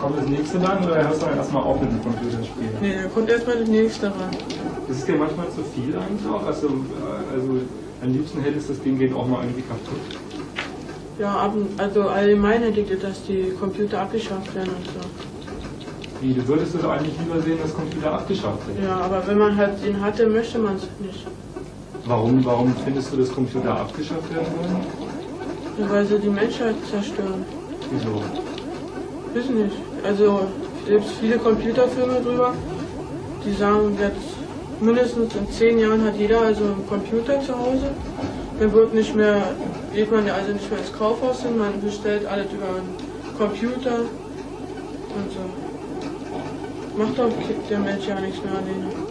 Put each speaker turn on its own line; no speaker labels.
Kommt das nächste dann oder hörst du dann erstmal auf mit dem Computerspiel?
Nee, da kommt erstmal das nächste ran.
Das ist ja manchmal zu viel eigentlich auch. Also, äh, also am liebsten hättest du das Ding geht auch mal irgendwie kaputt.
Ja, ab, also allgemein hätte ich das, dass die Computer abgeschafft werden und so.
Wie, du würdest es eigentlich lieber sehen, dass Computer abgeschafft sind.
Ja, aber wenn man halt ihn hatte, möchte man es nicht.
Warum, warum findest du, dass Computer abgeschafft werden sollen?
Ja, weil sie die Menschheit zerstören.
Wieso?
Wissen nicht. Also es gibt viele Computerfilme drüber, die sagen, jetzt mindestens in zehn Jahren hat jeder also einen Computer zu Hause. Dann wird nicht mehr, geht man ja also nicht mehr ins Kaufhaus hin, man bestellt alles über einen Computer und so. Macht doch der Mensch ja nichts mehr alleine.